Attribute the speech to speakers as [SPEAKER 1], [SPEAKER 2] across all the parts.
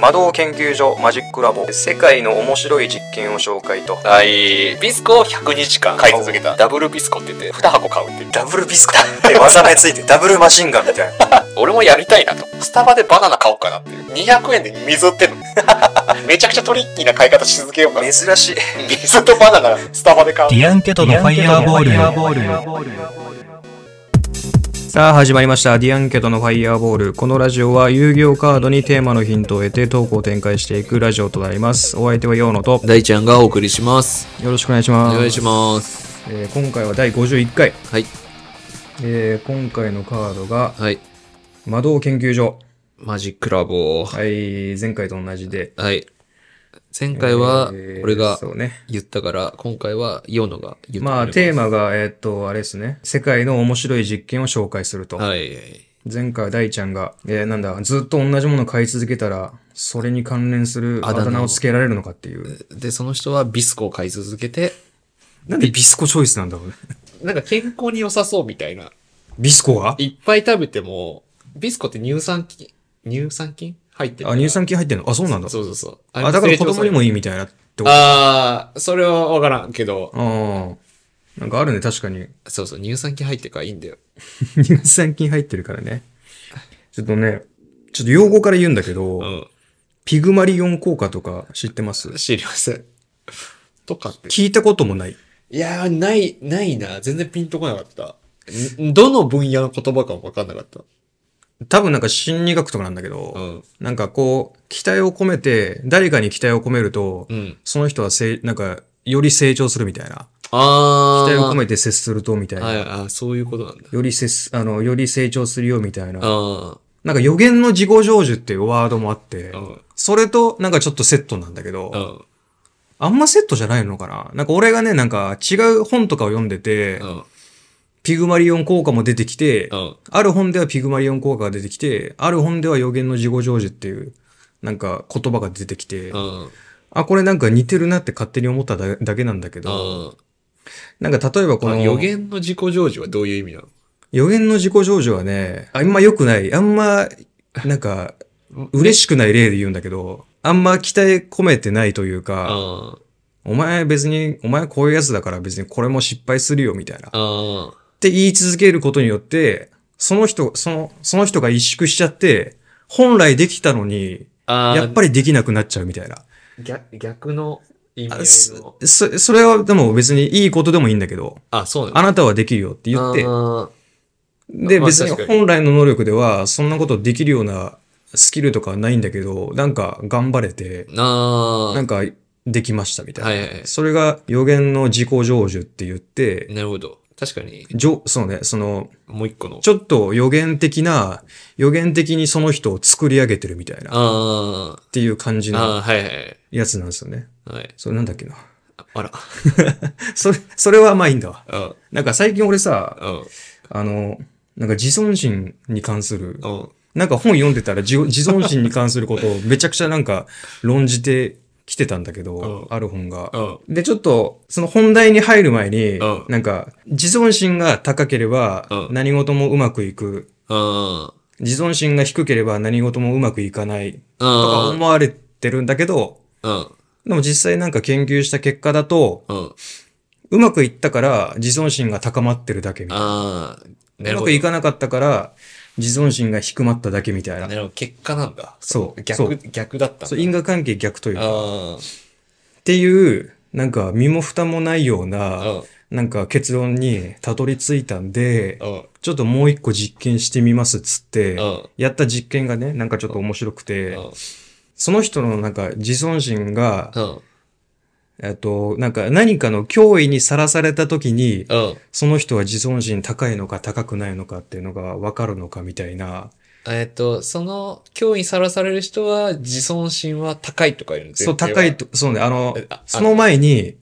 [SPEAKER 1] 魔導研究所マジックラボ世界の面白い実験を紹介と
[SPEAKER 2] はい。ビスコを102時間買い続けた。ダブルビスコって言って、2箱買うっていう。
[SPEAKER 1] ダブルビスコって技名ついてダブルマシンガンみたいな
[SPEAKER 2] 俺もやりたいなと。スタバでバナナ買おうかなっていう。200円で水売ってんの。 めちゃくちゃトリッキーな買い方し続けようか な。
[SPEAKER 1] 珍しい
[SPEAKER 2] 水とバナナスタバで買う。
[SPEAKER 3] ディアンケトのファイヤーボール。
[SPEAKER 1] さあ始まりました「ディアンケトのファイヤーボール」このラジオは遊戯王カードにテーマのヒントを得てトークを展開していくラジオとなりますお相手はヨーノと
[SPEAKER 4] 大ちゃんがお送りします。
[SPEAKER 1] よろしくお願いしま
[SPEAKER 4] お
[SPEAKER 1] す
[SPEAKER 4] 願いします。
[SPEAKER 1] えー今回は第51回、
[SPEAKER 4] はい。
[SPEAKER 1] えー今回のカードが
[SPEAKER 4] はい。
[SPEAKER 1] 魔導研究所
[SPEAKER 4] マジックラボ。
[SPEAKER 1] はい前回と同じで
[SPEAKER 4] はい。前回は
[SPEAKER 1] えー、
[SPEAKER 4] 俺が
[SPEAKER 1] そうね
[SPEAKER 4] 言ったから、今回は、ヨノが言ってくれ
[SPEAKER 1] まあテーマがえーっとあれですね世界の面白い実験を紹介すると、
[SPEAKER 4] はい。
[SPEAKER 1] 前回大ちゃんが、えーなんだずっと同じものを買い続けたらそれに関連するあ
[SPEAKER 4] あだ名を
[SPEAKER 1] だ名をつけられるのかっていう
[SPEAKER 4] で、その人はビスコを買い続けて、
[SPEAKER 1] なんでビスコチョイスなんだろうね
[SPEAKER 4] なんか健康に良さそうみたいな。
[SPEAKER 1] ビスコが
[SPEAKER 4] いっぱい食べても、ビスコって乳酸菌、乳酸菌入ってる
[SPEAKER 1] あ
[SPEAKER 4] から
[SPEAKER 1] 乳酸菌入ってんのあそうなんだ
[SPEAKER 4] そうそうそう。
[SPEAKER 1] あだから子供にも
[SPEAKER 4] いい。
[SPEAKER 1] いいみたいなってことあ
[SPEAKER 4] ああ、それはわからんけど、
[SPEAKER 1] あなんかあるね確かに
[SPEAKER 4] そうそう、乳酸菌入ってるからいいんだよ。
[SPEAKER 1] 乳酸菌入ってるからねちょっとねちょっと用語から言うんだけど、
[SPEAKER 4] う
[SPEAKER 1] ピグマリオン効果とか知ってます
[SPEAKER 4] ん。知りません。とかって。
[SPEAKER 1] 聞いたこともない
[SPEAKER 4] いやー、ない、ないな。全然ピンとこなかった。んどの分野の言葉かもわかんなかった。
[SPEAKER 1] 多分なんか心理学とかなんだけど、
[SPEAKER 4] うん。
[SPEAKER 1] なんかこう、期待を込めて、誰かに期待を込めると、
[SPEAKER 4] うん。
[SPEAKER 1] その人はせい、なんか、より成長するみたいな。期
[SPEAKER 4] あー。
[SPEAKER 1] 待を込めて接すると、みたいな。
[SPEAKER 4] はい、あーそういうことなんだ。
[SPEAKER 1] より接す、あの、より成長するよ、みたいな。
[SPEAKER 4] あ
[SPEAKER 1] なんか予言の自己成就っていうワードもあって
[SPEAKER 4] ー。う、ん。
[SPEAKER 1] それとなんかちょっとセットなんだけ
[SPEAKER 4] う
[SPEAKER 1] ど、
[SPEAKER 4] ん。
[SPEAKER 1] あんまセットじゃないのかななんか俺がね、なんか違う本とかを読んでて
[SPEAKER 4] う、ん。
[SPEAKER 1] ピグマリオン効果も出てきて
[SPEAKER 4] う、ん。
[SPEAKER 1] ある本ではピグマリオン効果が出てきて、ある本では予言の自己成就っていう、なんか言葉が出てきて、
[SPEAKER 4] うん。
[SPEAKER 1] あ、これなんか似てるなって勝手に思っただだけなんだけど、
[SPEAKER 4] うん。
[SPEAKER 1] なんか例えばこ
[SPEAKER 4] こ
[SPEAKER 1] の
[SPEAKER 4] の予言の自己成就はどういう意味なの
[SPEAKER 1] 予言の自己成就はね、あんま良くない、あんま、なんか、嬉しくない例で言うんだけど、あんま期待込めてないというか、
[SPEAKER 4] あ
[SPEAKER 1] お前別に、お前こういうやつだから別にこれも失敗するよみたいな。っ
[SPEAKER 4] あ。あ
[SPEAKER 1] て言い続けることによって、その人、その、その人が萎縮しちゃって、本来できたのに、
[SPEAKER 4] あ。
[SPEAKER 1] やっぱりできなくなっちゃうみたいな。
[SPEAKER 4] り逆、逆の意
[SPEAKER 1] あ
[SPEAKER 4] 味合い
[SPEAKER 1] そ
[SPEAKER 4] の。
[SPEAKER 1] そそれはでも別にいいことでもいいんだけど、
[SPEAKER 4] あ、そうなんだ。
[SPEAKER 1] あなたはできるよって言って
[SPEAKER 4] あ、ー
[SPEAKER 1] で、
[SPEAKER 4] まあ
[SPEAKER 1] 別に
[SPEAKER 4] 確かに
[SPEAKER 1] 本来の能力では、そんなことできるようなスキルとかはないんだけど、なんか頑張れて、
[SPEAKER 4] あ
[SPEAKER 1] な
[SPEAKER 4] ー。
[SPEAKER 1] んかできましたみたいな。
[SPEAKER 4] はいはいはい
[SPEAKER 1] それが予言の自己成就って言って、
[SPEAKER 4] なるほど。確かに、
[SPEAKER 1] じょそうね、その、
[SPEAKER 4] もう一個の。
[SPEAKER 1] ちょっと予言的な、予言的にその人を作り上げてるみたいな、っ
[SPEAKER 4] あ
[SPEAKER 1] ていう感じ
[SPEAKER 4] あ。あ
[SPEAKER 1] の
[SPEAKER 4] あ、はいはい
[SPEAKER 1] やつなんですよね。
[SPEAKER 4] はい。はい。
[SPEAKER 1] それなんだっけな。
[SPEAKER 4] ああら。
[SPEAKER 1] それ、それはまあいいんだわ。
[SPEAKER 4] うん。
[SPEAKER 1] なんか最近俺さ、
[SPEAKER 4] うん。
[SPEAKER 1] あの、なんか自尊心に関する、
[SPEAKER 4] うん。
[SPEAKER 1] なんか本読んでたら自自尊心に関することをめちゃくちゃなんか論じてきてたんだけど、
[SPEAKER 4] う
[SPEAKER 1] ある本が。
[SPEAKER 4] うん。
[SPEAKER 1] で、ちょっと、その本題に入る前に
[SPEAKER 4] うん、
[SPEAKER 1] なんか、自尊心が高ければ
[SPEAKER 4] うん
[SPEAKER 1] 何事もうまくいく、
[SPEAKER 4] うん。
[SPEAKER 1] 自尊心が低ければ何事もうまくいかないとか
[SPEAKER 4] うん。
[SPEAKER 1] 思われてるんだけど、
[SPEAKER 4] うん。
[SPEAKER 1] でも実際なんか研究した結果だと、
[SPEAKER 4] うん。
[SPEAKER 1] うまくいったから自尊心が高まってるだけみたいな。
[SPEAKER 4] ああ。な
[SPEAKER 1] うま
[SPEAKER 4] るほ
[SPEAKER 1] く
[SPEAKER 4] ど。
[SPEAKER 1] いかなかったから自尊心が低まっただけみたい
[SPEAKER 4] な
[SPEAKER 1] な。
[SPEAKER 4] るほど。結果なんだ。
[SPEAKER 1] そうそ
[SPEAKER 4] 逆
[SPEAKER 1] う、
[SPEAKER 4] 逆だったんだ。
[SPEAKER 1] そう因果関係逆というか。
[SPEAKER 4] あ
[SPEAKER 1] っていう、なんか身も蓋もないよう
[SPEAKER 4] あ。
[SPEAKER 1] な、
[SPEAKER 4] うん。
[SPEAKER 1] なんか結論にたどり着いたんで、
[SPEAKER 4] うん。
[SPEAKER 1] ちょっともう一個実験してみますっつって
[SPEAKER 4] う、ん。
[SPEAKER 1] やった実験がね、なんかちょっと面白くて、その人のなんか自尊心が、
[SPEAKER 4] うん。
[SPEAKER 1] えっと、なんか何かの脅威にさらされた時に、
[SPEAKER 4] うん。
[SPEAKER 1] その人は自尊心高いのか高くないのかっていうのがわかるのかみたいな、
[SPEAKER 4] えっと、その、脅威にさらされる人は、自尊心は高いとかいうの
[SPEAKER 1] そう高い。と、そうね、あの
[SPEAKER 4] えあ、
[SPEAKER 1] その前に、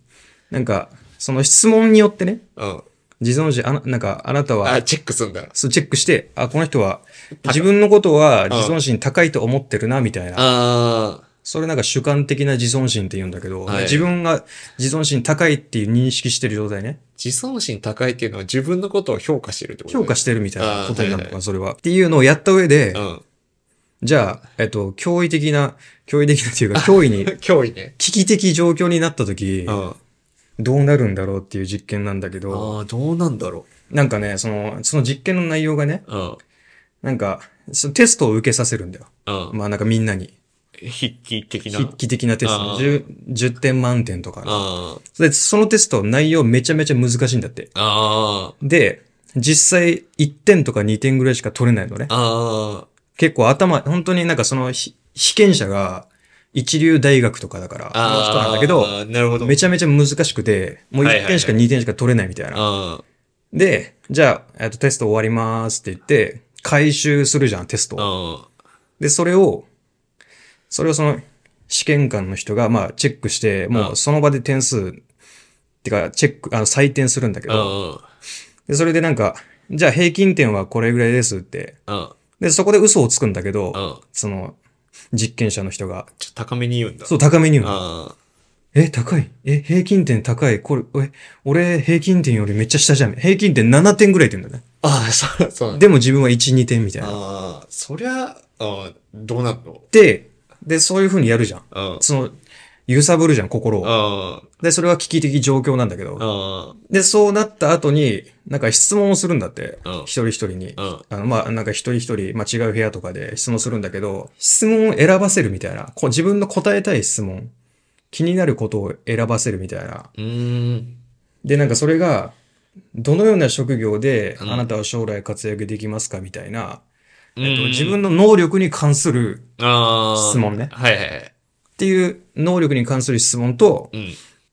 [SPEAKER 1] なんか、その質問によってね、
[SPEAKER 4] 前提は
[SPEAKER 1] 自尊心、あななんかあなた
[SPEAKER 4] うん。
[SPEAKER 1] は
[SPEAKER 4] あ、チェックすんだ。
[SPEAKER 1] そう、チェックして、あ、この人は、自分のことは
[SPEAKER 4] ん
[SPEAKER 1] 自尊心高いと思ってるな、みたいな。
[SPEAKER 4] ああ。
[SPEAKER 1] それなんか主観的な自尊心って言うんだけど、
[SPEAKER 4] はい
[SPEAKER 1] 自分が自尊心高いっていう認識してる状態ね。
[SPEAKER 4] 自尊心高いっていうのは自分のことを評価してるってこと
[SPEAKER 1] 評価
[SPEAKER 4] し
[SPEAKER 1] してるみたいなことになるの
[SPEAKER 4] あ
[SPEAKER 1] かな、それは。っていうのをやった上で
[SPEAKER 4] てう、ん。
[SPEAKER 1] じゃあ、えっと、驚異的な、驚異的な っていうか、脅威に、
[SPEAKER 4] 脅威ね。
[SPEAKER 1] 危機的状況になった時、
[SPEAKER 4] あ
[SPEAKER 1] どうなるんだろうっていう実験なんだけど、
[SPEAKER 4] あ、どうなんだろ
[SPEAKER 1] なんかね、その、その実験の内容がね、
[SPEAKER 4] う。うん。
[SPEAKER 1] なんか、そのテストを受けさせるんだよ。
[SPEAKER 4] うん。
[SPEAKER 1] まあなんかみんなに。
[SPEAKER 4] 筆記的な。
[SPEAKER 1] 筆記的なテスト
[SPEAKER 4] あ。
[SPEAKER 1] 10, 10点満点とかの。
[SPEAKER 4] あ
[SPEAKER 1] で、そのテスト、内容めちゃめちゃ難しいんだって。
[SPEAKER 4] あ。ああ。
[SPEAKER 1] で、実際1点とか2点ぐらいしか取れないのね。
[SPEAKER 4] あ
[SPEAKER 1] 結構頭、本当になんかそのひ被験者が一流大学とかだから、
[SPEAKER 4] あ。
[SPEAKER 1] その人なんだけど、、
[SPEAKER 4] なるほど。
[SPEAKER 1] め
[SPEAKER 4] ち
[SPEAKER 1] ちゃめちゃ難しくて、もう
[SPEAKER 4] はいは
[SPEAKER 1] 1
[SPEAKER 4] いはい
[SPEAKER 1] 点しか2点しか取れないみたいな。
[SPEAKER 4] あ
[SPEAKER 1] で、じゃあ、えっと、テスト終わりますって言って、回収するじゃん、テスト
[SPEAKER 4] あ。
[SPEAKER 1] を
[SPEAKER 4] あ
[SPEAKER 1] で、それを、それをその試験官の人が、まあ、チェックして、もうその場で点数、てか、チェック、あの、採点するんだけど、
[SPEAKER 4] あ。
[SPEAKER 1] で、それでなんか、じゃあ平均点はこれぐらいですって。
[SPEAKER 4] あ
[SPEAKER 1] で、そこで嘘をつくんだけど、
[SPEAKER 4] あ。
[SPEAKER 1] その、実験者の人が、
[SPEAKER 4] ちょっと高めに言うんだ。
[SPEAKER 1] そう、高めに言うの。
[SPEAKER 4] あ
[SPEAKER 1] え、高いえ、平均点高いこれ、え、俺、平均点よりめっちゃ下じゃん。平均点7点ぐらいって言うんだね。
[SPEAKER 4] あ。ああ、そう、そうなんだ。
[SPEAKER 1] でも自分は1、2点みたいな。
[SPEAKER 4] ああ、そりゃ、ああ、どうなるの
[SPEAKER 1] で、で、そういう風にやるじゃん。
[SPEAKER 4] あ
[SPEAKER 1] その、揺さぶるじゃん、心を。
[SPEAKER 4] あ。
[SPEAKER 1] で、それは危機的状況なんだけど。
[SPEAKER 4] あ
[SPEAKER 1] で、そうなった後に、なんか質問をするんだって
[SPEAKER 4] うん。
[SPEAKER 1] 一人一人に。
[SPEAKER 4] あ。
[SPEAKER 1] あの、まあ、なんか一人一人、まあ、違う部屋とかで質問するんだけど、質問を選ばせるみたいな。こう自分の答えたい質問。気になることを選ばせるみたいな。
[SPEAKER 4] うーん。
[SPEAKER 1] で、なんかそれが、どのような職業で
[SPEAKER 4] うん
[SPEAKER 1] あなたは将来活躍できますかみたいな、え
[SPEAKER 4] え
[SPEAKER 1] っと、自分の能力に関する
[SPEAKER 4] ああ。
[SPEAKER 1] 質。問ね。
[SPEAKER 4] はいはいはい。
[SPEAKER 1] っていう能力に関する質問と、
[SPEAKER 4] うん。う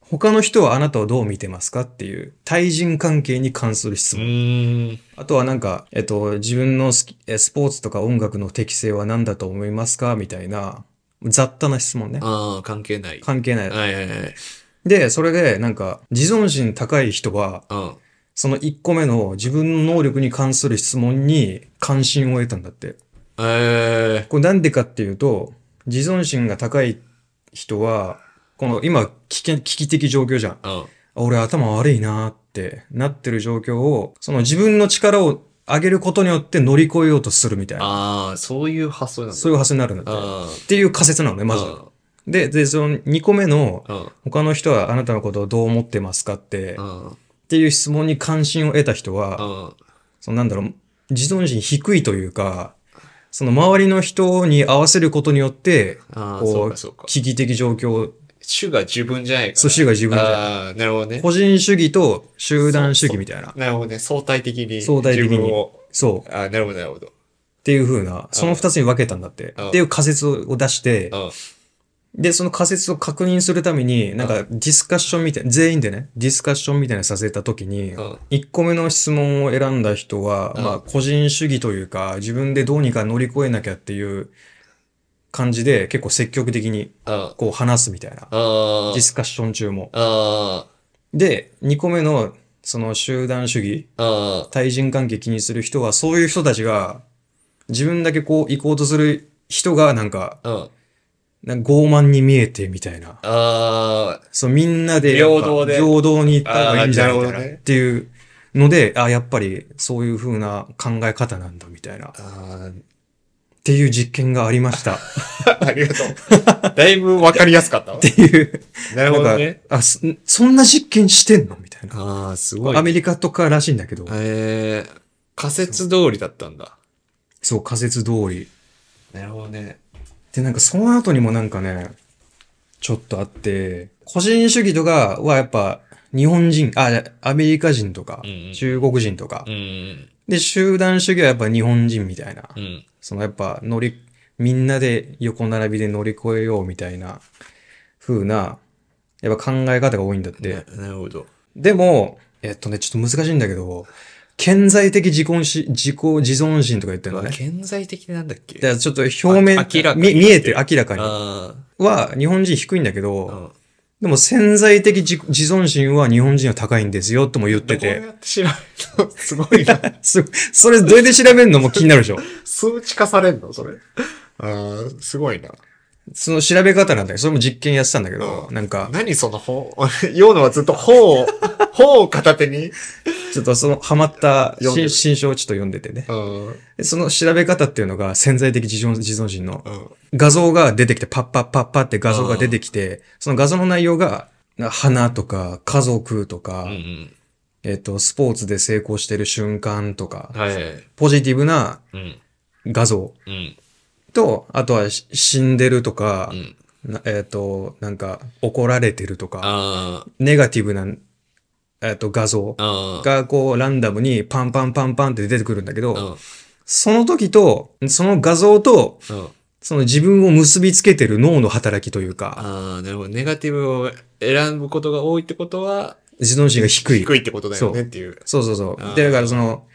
[SPEAKER 1] 他の人はあなたをどう見てますかっていう対人関係に関する質問。
[SPEAKER 4] ーん。
[SPEAKER 1] あとはなんか、えっと、自分の好きえスポーツとか音楽の適性は何だと思いますかみたいな、雑多な質問ね。
[SPEAKER 4] ああ、関係ない。
[SPEAKER 1] 関係ない。
[SPEAKER 4] はいはいはい。
[SPEAKER 1] で、それでなんか、自尊心高い人は、
[SPEAKER 4] うん。
[SPEAKER 1] その1個目の自分の能力に関する質問に関心を得たんだって。
[SPEAKER 4] ええ
[SPEAKER 1] これなんでかっていうと、自尊心が高い人は、この今危険、危機的状況じゃん。
[SPEAKER 4] ー。
[SPEAKER 1] あ俺頭悪いなーってなってる状況を、その自分の力を上げることによって乗り越えようとするみたいな。
[SPEAKER 4] ああ、そういう発想なんだ。
[SPEAKER 1] そういう発想になるんだって。
[SPEAKER 4] あ
[SPEAKER 1] っていう仮説なのね、
[SPEAKER 4] あ。
[SPEAKER 1] まず。
[SPEAKER 4] あ
[SPEAKER 1] で、で、その2個目の、
[SPEAKER 4] あ。あ
[SPEAKER 1] 他の人はあなたのことをどう思ってますかって、っ
[SPEAKER 4] あ。
[SPEAKER 1] ていう質問に関心を得た人は、
[SPEAKER 4] あ
[SPEAKER 1] そのなんだろう、自尊心低いというか、その周りの人に合わせることによって、
[SPEAKER 4] あ。そ
[SPEAKER 1] こ
[SPEAKER 4] う
[SPEAKER 1] う
[SPEAKER 4] かそうか、。
[SPEAKER 1] 危機的状況、
[SPEAKER 4] 主が自分じゃないから。
[SPEAKER 1] そう主が自分じゃない
[SPEAKER 4] ああ、なるほどね。
[SPEAKER 1] 個人主義と集団主義みたいな。
[SPEAKER 4] なるほどね。相対的に。
[SPEAKER 1] 相対的に
[SPEAKER 4] 自分を。
[SPEAKER 1] そう。
[SPEAKER 4] ああ、なるほど、なるほど。
[SPEAKER 1] っていう風な、その二つに分けたんだって
[SPEAKER 4] うん。
[SPEAKER 1] っていう仮説を出して、
[SPEAKER 4] うん。
[SPEAKER 1] で、その仮説を確認するために、なんかディスカッションみたいな、全員でね、ディスカッションみたいなさせた時に
[SPEAKER 4] うん、
[SPEAKER 1] 一個目の質問を選んだ人は、
[SPEAKER 4] うん
[SPEAKER 1] まあ、個人主義というか、自分でどうにか乗り越えなきゃっていう感じで、結構積極的に、
[SPEAKER 4] あ
[SPEAKER 1] こう話すみたいな。
[SPEAKER 4] あ。ああ
[SPEAKER 1] ディ。スカッション中も。
[SPEAKER 4] あ
[SPEAKER 1] で、二個目の、その集団主義、
[SPEAKER 4] あ。あ
[SPEAKER 1] 対人関係気にする人は、そういう人たちが、自分だけこう行こうとする人が、なんか、
[SPEAKER 4] あ。うん。
[SPEAKER 1] なんか傲慢に見えてみたいな。
[SPEAKER 4] ああ。
[SPEAKER 1] そう、みんなでやっぱ、
[SPEAKER 4] 平等で
[SPEAKER 1] 平等に行った方がいいんじゃない
[SPEAKER 4] あーな
[SPEAKER 1] か
[SPEAKER 4] るほ
[SPEAKER 1] な
[SPEAKER 4] ど
[SPEAKER 1] っ
[SPEAKER 4] ね
[SPEAKER 1] ていうので、あ、やっぱりそういう風な考え方なんだみたいな。っ
[SPEAKER 4] あ
[SPEAKER 1] ていう実験がありま した。っ
[SPEAKER 4] あ。ありがとう。 だいぶわかりやすか ったわ。
[SPEAKER 1] ていう。
[SPEAKER 4] なる
[SPEAKER 1] な
[SPEAKER 4] ほ
[SPEAKER 1] んか
[SPEAKER 4] どね。、
[SPEAKER 1] あ、そそんな実験してんのみたいな。
[SPEAKER 4] ああ、すごい
[SPEAKER 1] ア。メリカとからしいんだけど、
[SPEAKER 4] えー、仮説通りだったんだ。
[SPEAKER 1] そう、仮説通り。
[SPEAKER 4] なるほどね。
[SPEAKER 1] で、なんかその後にもなんかね、ちょっとあって、個人主義とかはやっぱ日本人、あ、アメリカ人とか
[SPEAKER 4] うんうん、
[SPEAKER 1] 中国人とか
[SPEAKER 4] う、ん。
[SPEAKER 1] で、集団主義はやっぱ日本人みたいな
[SPEAKER 4] う。ん。
[SPEAKER 1] そのやっぱ乗り、みんなで横並びで乗り越えようみたいな風な、やっぱ考え方が多いんだって。
[SPEAKER 4] ななるほど。
[SPEAKER 1] でも、えっとね、ちょっと難しいんだけど、顕在的自己し、自己自尊心とか言ってるの
[SPEAKER 4] まあ
[SPEAKER 1] ね。
[SPEAKER 4] 顕在的なんだっけ
[SPEAKER 1] だからちょっと表面
[SPEAKER 4] あ明らかに
[SPEAKER 1] み見えてる、明らかに。
[SPEAKER 4] あ
[SPEAKER 1] は、日本人低いんだけ
[SPEAKER 4] あ。う
[SPEAKER 1] ど、
[SPEAKER 4] ん。
[SPEAKER 1] でも潜在的自自尊心は日本人は高いんですよ、とも言って
[SPEAKER 4] どう
[SPEAKER 1] て。
[SPEAKER 4] やって調べるのすごいな。
[SPEAKER 1] すそれどうやって調べるのも気になるでしょ。
[SPEAKER 4] 数値化されんのそれ。ああ、すごいな。
[SPEAKER 1] その調べ方なんだけど、それも実験やってたんだけど、
[SPEAKER 4] うん
[SPEAKER 1] なんか、
[SPEAKER 4] 何その本、用のはずっと本を、本を片手に、
[SPEAKER 1] ちょっとそのハマった
[SPEAKER 4] 読んで
[SPEAKER 1] 新
[SPEAKER 4] る
[SPEAKER 1] 新書をちょっと読んでてね。
[SPEAKER 4] うん。うん。
[SPEAKER 1] でその調べ方っていうのが潜在的自存自存心の画像が出てきて、パッパッパッパって画像が出てきて、その画像の内容が、な花とか、家族とか、
[SPEAKER 4] うん。
[SPEAKER 1] えっと、スポーツで成功してる瞬間とか、
[SPEAKER 4] はい。
[SPEAKER 1] ポジティブな
[SPEAKER 4] うん。
[SPEAKER 1] 画像
[SPEAKER 4] うん。
[SPEAKER 1] と、あとはし死んでるとか
[SPEAKER 4] う、ん。
[SPEAKER 1] なえっと、なんか怒られてるとか、
[SPEAKER 4] あー
[SPEAKER 1] ネガティブな、えっと、画像
[SPEAKER 4] あー。
[SPEAKER 1] がこうランダムにパンパンパンパンって出てくるんだけ
[SPEAKER 4] うん。
[SPEAKER 1] ど、その時と、その画像と、
[SPEAKER 4] うん。
[SPEAKER 1] その自分を結びつけてる脳の働きというか、
[SPEAKER 4] ああ、なるほど。ネガティブを選ぶことが多いってことは、
[SPEAKER 1] 自尊心が低い。
[SPEAKER 4] 低いってことだよねっていう。
[SPEAKER 1] そうそうそ
[SPEAKER 4] あ
[SPEAKER 1] う。
[SPEAKER 4] ー
[SPEAKER 1] で、だからその、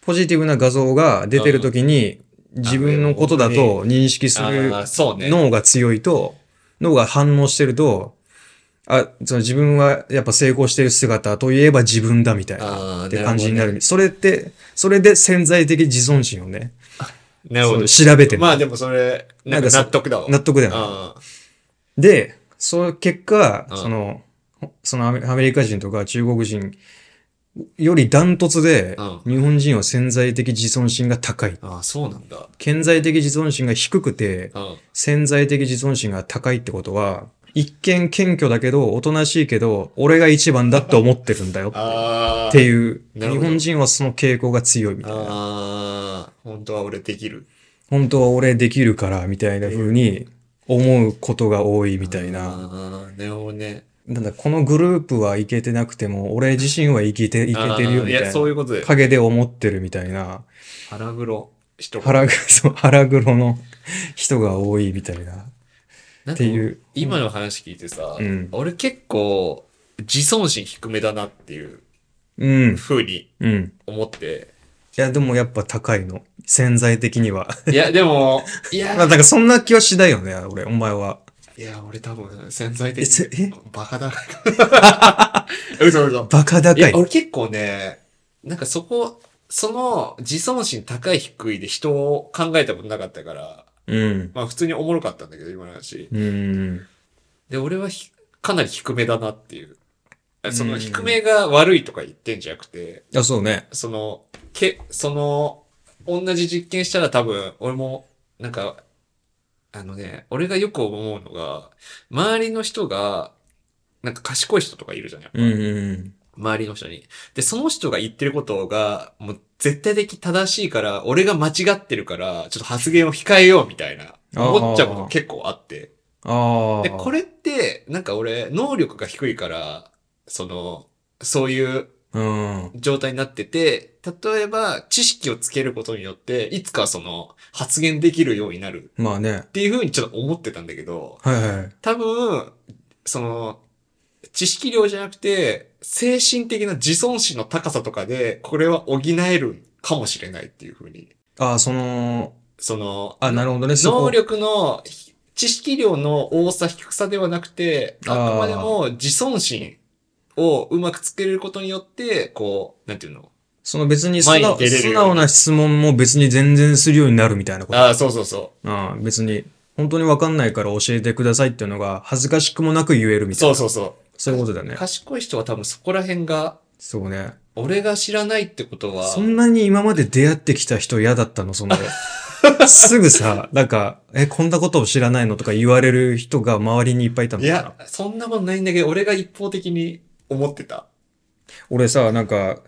[SPEAKER 1] ポジティブな画像が出てる時に、自分のことだと認識す
[SPEAKER 4] あ
[SPEAKER 1] る
[SPEAKER 4] ーそうね。
[SPEAKER 1] 脳が強いと、脳が反応してると、あ、その自分はやっぱ成功してる姿といえば自分だみたいな
[SPEAKER 4] あー
[SPEAKER 1] って感じになる。
[SPEAKER 4] なるほどね
[SPEAKER 1] それって、それで潜在的自尊心をね、
[SPEAKER 4] なるほど。
[SPEAKER 1] そう調べてる
[SPEAKER 4] まあでもそれ、なんか納得だわ。
[SPEAKER 1] 納得だよね。
[SPEAKER 4] あ
[SPEAKER 1] で、その結果、
[SPEAKER 4] うん
[SPEAKER 1] その、そのアメアメリカ人とか中国人よりダントツで、
[SPEAKER 4] う
[SPEAKER 1] 日本人は潜在的自尊心が高い。
[SPEAKER 4] あああ、そうなんだ。
[SPEAKER 1] 潜在的自尊心が低くて、
[SPEAKER 4] うん。
[SPEAKER 1] 潜在的自尊心が高いってことは、一見謙虚だけど、おとなしいけど、俺が一番だって思ってるんだよっ
[SPEAKER 4] ああ。
[SPEAKER 1] ていう、
[SPEAKER 4] なる
[SPEAKER 1] 日
[SPEAKER 4] ほど
[SPEAKER 1] 本人はその傾向が強いみたいな。
[SPEAKER 4] ああ、本当は俺できる。
[SPEAKER 1] 本当は俺できるから、みたいな風に思うことが多いみたいな。
[SPEAKER 4] ああ、なるほどね。
[SPEAKER 1] なんだ、このグループはイケてなくても、俺自身はイケて、イケてるよ
[SPEAKER 4] あー
[SPEAKER 1] み
[SPEAKER 4] い
[SPEAKER 1] たいな。
[SPEAKER 4] や、そういうことで。
[SPEAKER 1] 影で思ってるみたいな。
[SPEAKER 4] 腹黒。人が
[SPEAKER 1] 腹黒、そう腹黒の人が多いみたいな。
[SPEAKER 4] な
[SPEAKER 1] っ
[SPEAKER 4] んか
[SPEAKER 1] ていう。
[SPEAKER 4] 今の話聞いてさ、
[SPEAKER 1] うん
[SPEAKER 4] 俺結構、自尊心低めだなっていう
[SPEAKER 1] うん。
[SPEAKER 4] 風に
[SPEAKER 1] うん。
[SPEAKER 4] 思って。
[SPEAKER 1] いや、でもやっぱ高いの。潜在的には。
[SPEAKER 4] いや、でも、い
[SPEAKER 1] ま
[SPEAKER 4] や、
[SPEAKER 1] あ、だからそんな気はしないよね、俺、お前は。
[SPEAKER 4] いや、俺多分潜在
[SPEAKER 1] え
[SPEAKER 4] 的
[SPEAKER 1] せえ
[SPEAKER 4] にバカだな。 嘘嘘。
[SPEAKER 1] バカ
[SPEAKER 4] い
[SPEAKER 1] 高
[SPEAKER 4] や、
[SPEAKER 1] い。
[SPEAKER 4] 俺結構ね、なんかそこ、その自尊心高い低いで人を考えたことなかったから、
[SPEAKER 1] うん。
[SPEAKER 4] まあ普通におもろかったんだけど、今の話。
[SPEAKER 1] うん。
[SPEAKER 4] で、俺はひかなり低めだなっていう。そうの
[SPEAKER 1] ん
[SPEAKER 4] 低めが悪いとか言ってんじゃなくて、
[SPEAKER 1] あ、そうね。
[SPEAKER 4] その、け、その、同じ実験したら多分、俺も、なんか、あのね、俺がよく思うのが、周りの人が、なんか賢い人とかいるじゃん、やっぱ。
[SPEAKER 1] うんうん。
[SPEAKER 4] 周りの人に。で、その人が言ってることが、もう絶対的正しいから、俺が間違ってるから、ちょっと発言を控えようみたいな、
[SPEAKER 1] あー
[SPEAKER 4] 思っちゃうこと結構あって。
[SPEAKER 1] ああ。
[SPEAKER 4] で、これって、なんか俺、能力が低いから、その、そういう
[SPEAKER 1] うん。
[SPEAKER 4] 状態になってて、例えば、知識をつけることによって、いつかその、発言できるようになる
[SPEAKER 1] まあね。
[SPEAKER 4] っていうふうにちょっと思ってたんだけど、
[SPEAKER 1] はいはい。
[SPEAKER 4] 多分、その、知識量じゃなくて、精神的な自尊心の高さとかで、これは補えるかもしれないっていうふうに。
[SPEAKER 1] ああ、その、
[SPEAKER 4] その、
[SPEAKER 1] あ、なるほどね。そこ
[SPEAKER 4] 能力の、ひ知識量の多さ低さではなくて、あくまでも自尊心をうまくつけることによって、こう、なんていうの
[SPEAKER 1] その別に素直
[SPEAKER 4] 前に出れるように
[SPEAKER 1] 素直な質問も別に全然するようになるみたいなこと。
[SPEAKER 4] ああ、そうそうそ
[SPEAKER 1] ああ別に、本当にわかんないから教えてくださいっていうのが恥ずかしくもなく言える
[SPEAKER 4] う。
[SPEAKER 1] みたい
[SPEAKER 4] そ
[SPEAKER 1] な。
[SPEAKER 4] うそうそ
[SPEAKER 1] そういうことだね
[SPEAKER 4] う。。賢い人は多分そこら辺が、
[SPEAKER 1] そうね。
[SPEAKER 4] 俺が知らないってことは、
[SPEAKER 1] そんなに今まで出会ってきた人嫌だったの その、すぐさ、なんか、え、こんなことを知らないのとか言われる人が周りにいっぱいいたの
[SPEAKER 4] い
[SPEAKER 1] かな。
[SPEAKER 4] や、そんなことないんだけど、俺が一方的に思ってた。
[SPEAKER 1] 俺さ、なんか、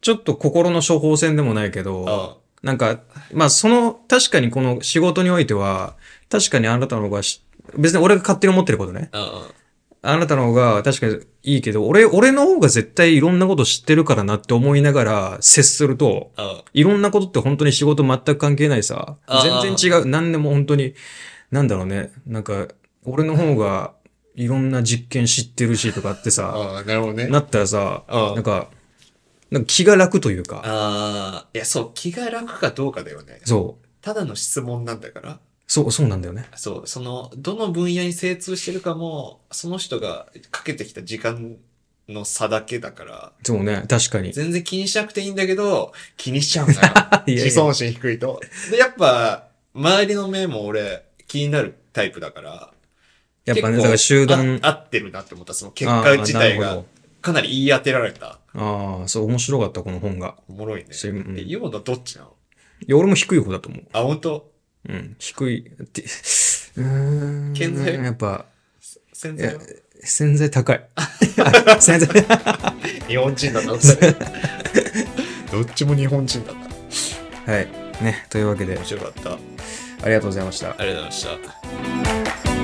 [SPEAKER 1] ちょっと心の処方箋でもないけど、
[SPEAKER 4] あ
[SPEAKER 1] なんか、まあその、確かにこの仕事においては、確かにあなたの方がし、別に俺が勝手に思ってることね。
[SPEAKER 4] あ、
[SPEAKER 1] あなたの方が確かにいいけど、俺、俺の方が絶対いろんなこと知ってるからなって思いながら接すると、
[SPEAKER 4] ああ、
[SPEAKER 1] いろんなことって本当に仕事全く関係ないさ
[SPEAKER 4] あー。
[SPEAKER 1] 全然違う。何でも本当に、なんだろうね。なんか、俺の方がいろんな実験知ってるしとかってさ、
[SPEAKER 4] ああ、なるほどね。
[SPEAKER 1] なったらさ、
[SPEAKER 4] あ
[SPEAKER 1] な
[SPEAKER 4] あ
[SPEAKER 1] んか、なんか気が楽というか、
[SPEAKER 4] ああ、いや、そう、気が楽かどうかだよね。
[SPEAKER 1] そう、
[SPEAKER 4] ただの質問なんだから。
[SPEAKER 1] そう、そうなんだよね。
[SPEAKER 4] そう、その、どの分野に精通してるかも、その人がかけてきた時間の差だけだから、
[SPEAKER 1] そうね、確かに。
[SPEAKER 4] 全然気にしなくていいんだけど、気にしちゃうな。
[SPEAKER 1] いやいや
[SPEAKER 4] 自尊心低いと。で、やっぱ、周りの目も俺、気になるタイプだから、
[SPEAKER 1] やっぱね、
[SPEAKER 4] 結構
[SPEAKER 1] だから集団、
[SPEAKER 4] あ合ってるなって思った、その結果自体
[SPEAKER 1] あーなる
[SPEAKER 4] が
[SPEAKER 1] ほど。
[SPEAKER 2] かなり言い当てられた。
[SPEAKER 1] ああ、そう、面白かった、この本が。
[SPEAKER 2] おもろいね。
[SPEAKER 1] そううん
[SPEAKER 2] え、読むのどっちなの
[SPEAKER 1] いや、俺も低い方だと思う。
[SPEAKER 2] あ、本当
[SPEAKER 1] うん、低い。って、うーん。
[SPEAKER 2] 健在
[SPEAKER 1] やっぱ、
[SPEAKER 2] 先
[SPEAKER 1] いや
[SPEAKER 2] 生は、
[SPEAKER 1] 潜在 高い。あ潜在、
[SPEAKER 2] 日本人だったんです ねどっちも日本人だった。
[SPEAKER 1] はい。ね、というわけで
[SPEAKER 2] 面、白かった。あり
[SPEAKER 1] ありがとうございました。
[SPEAKER 2] がとうございました。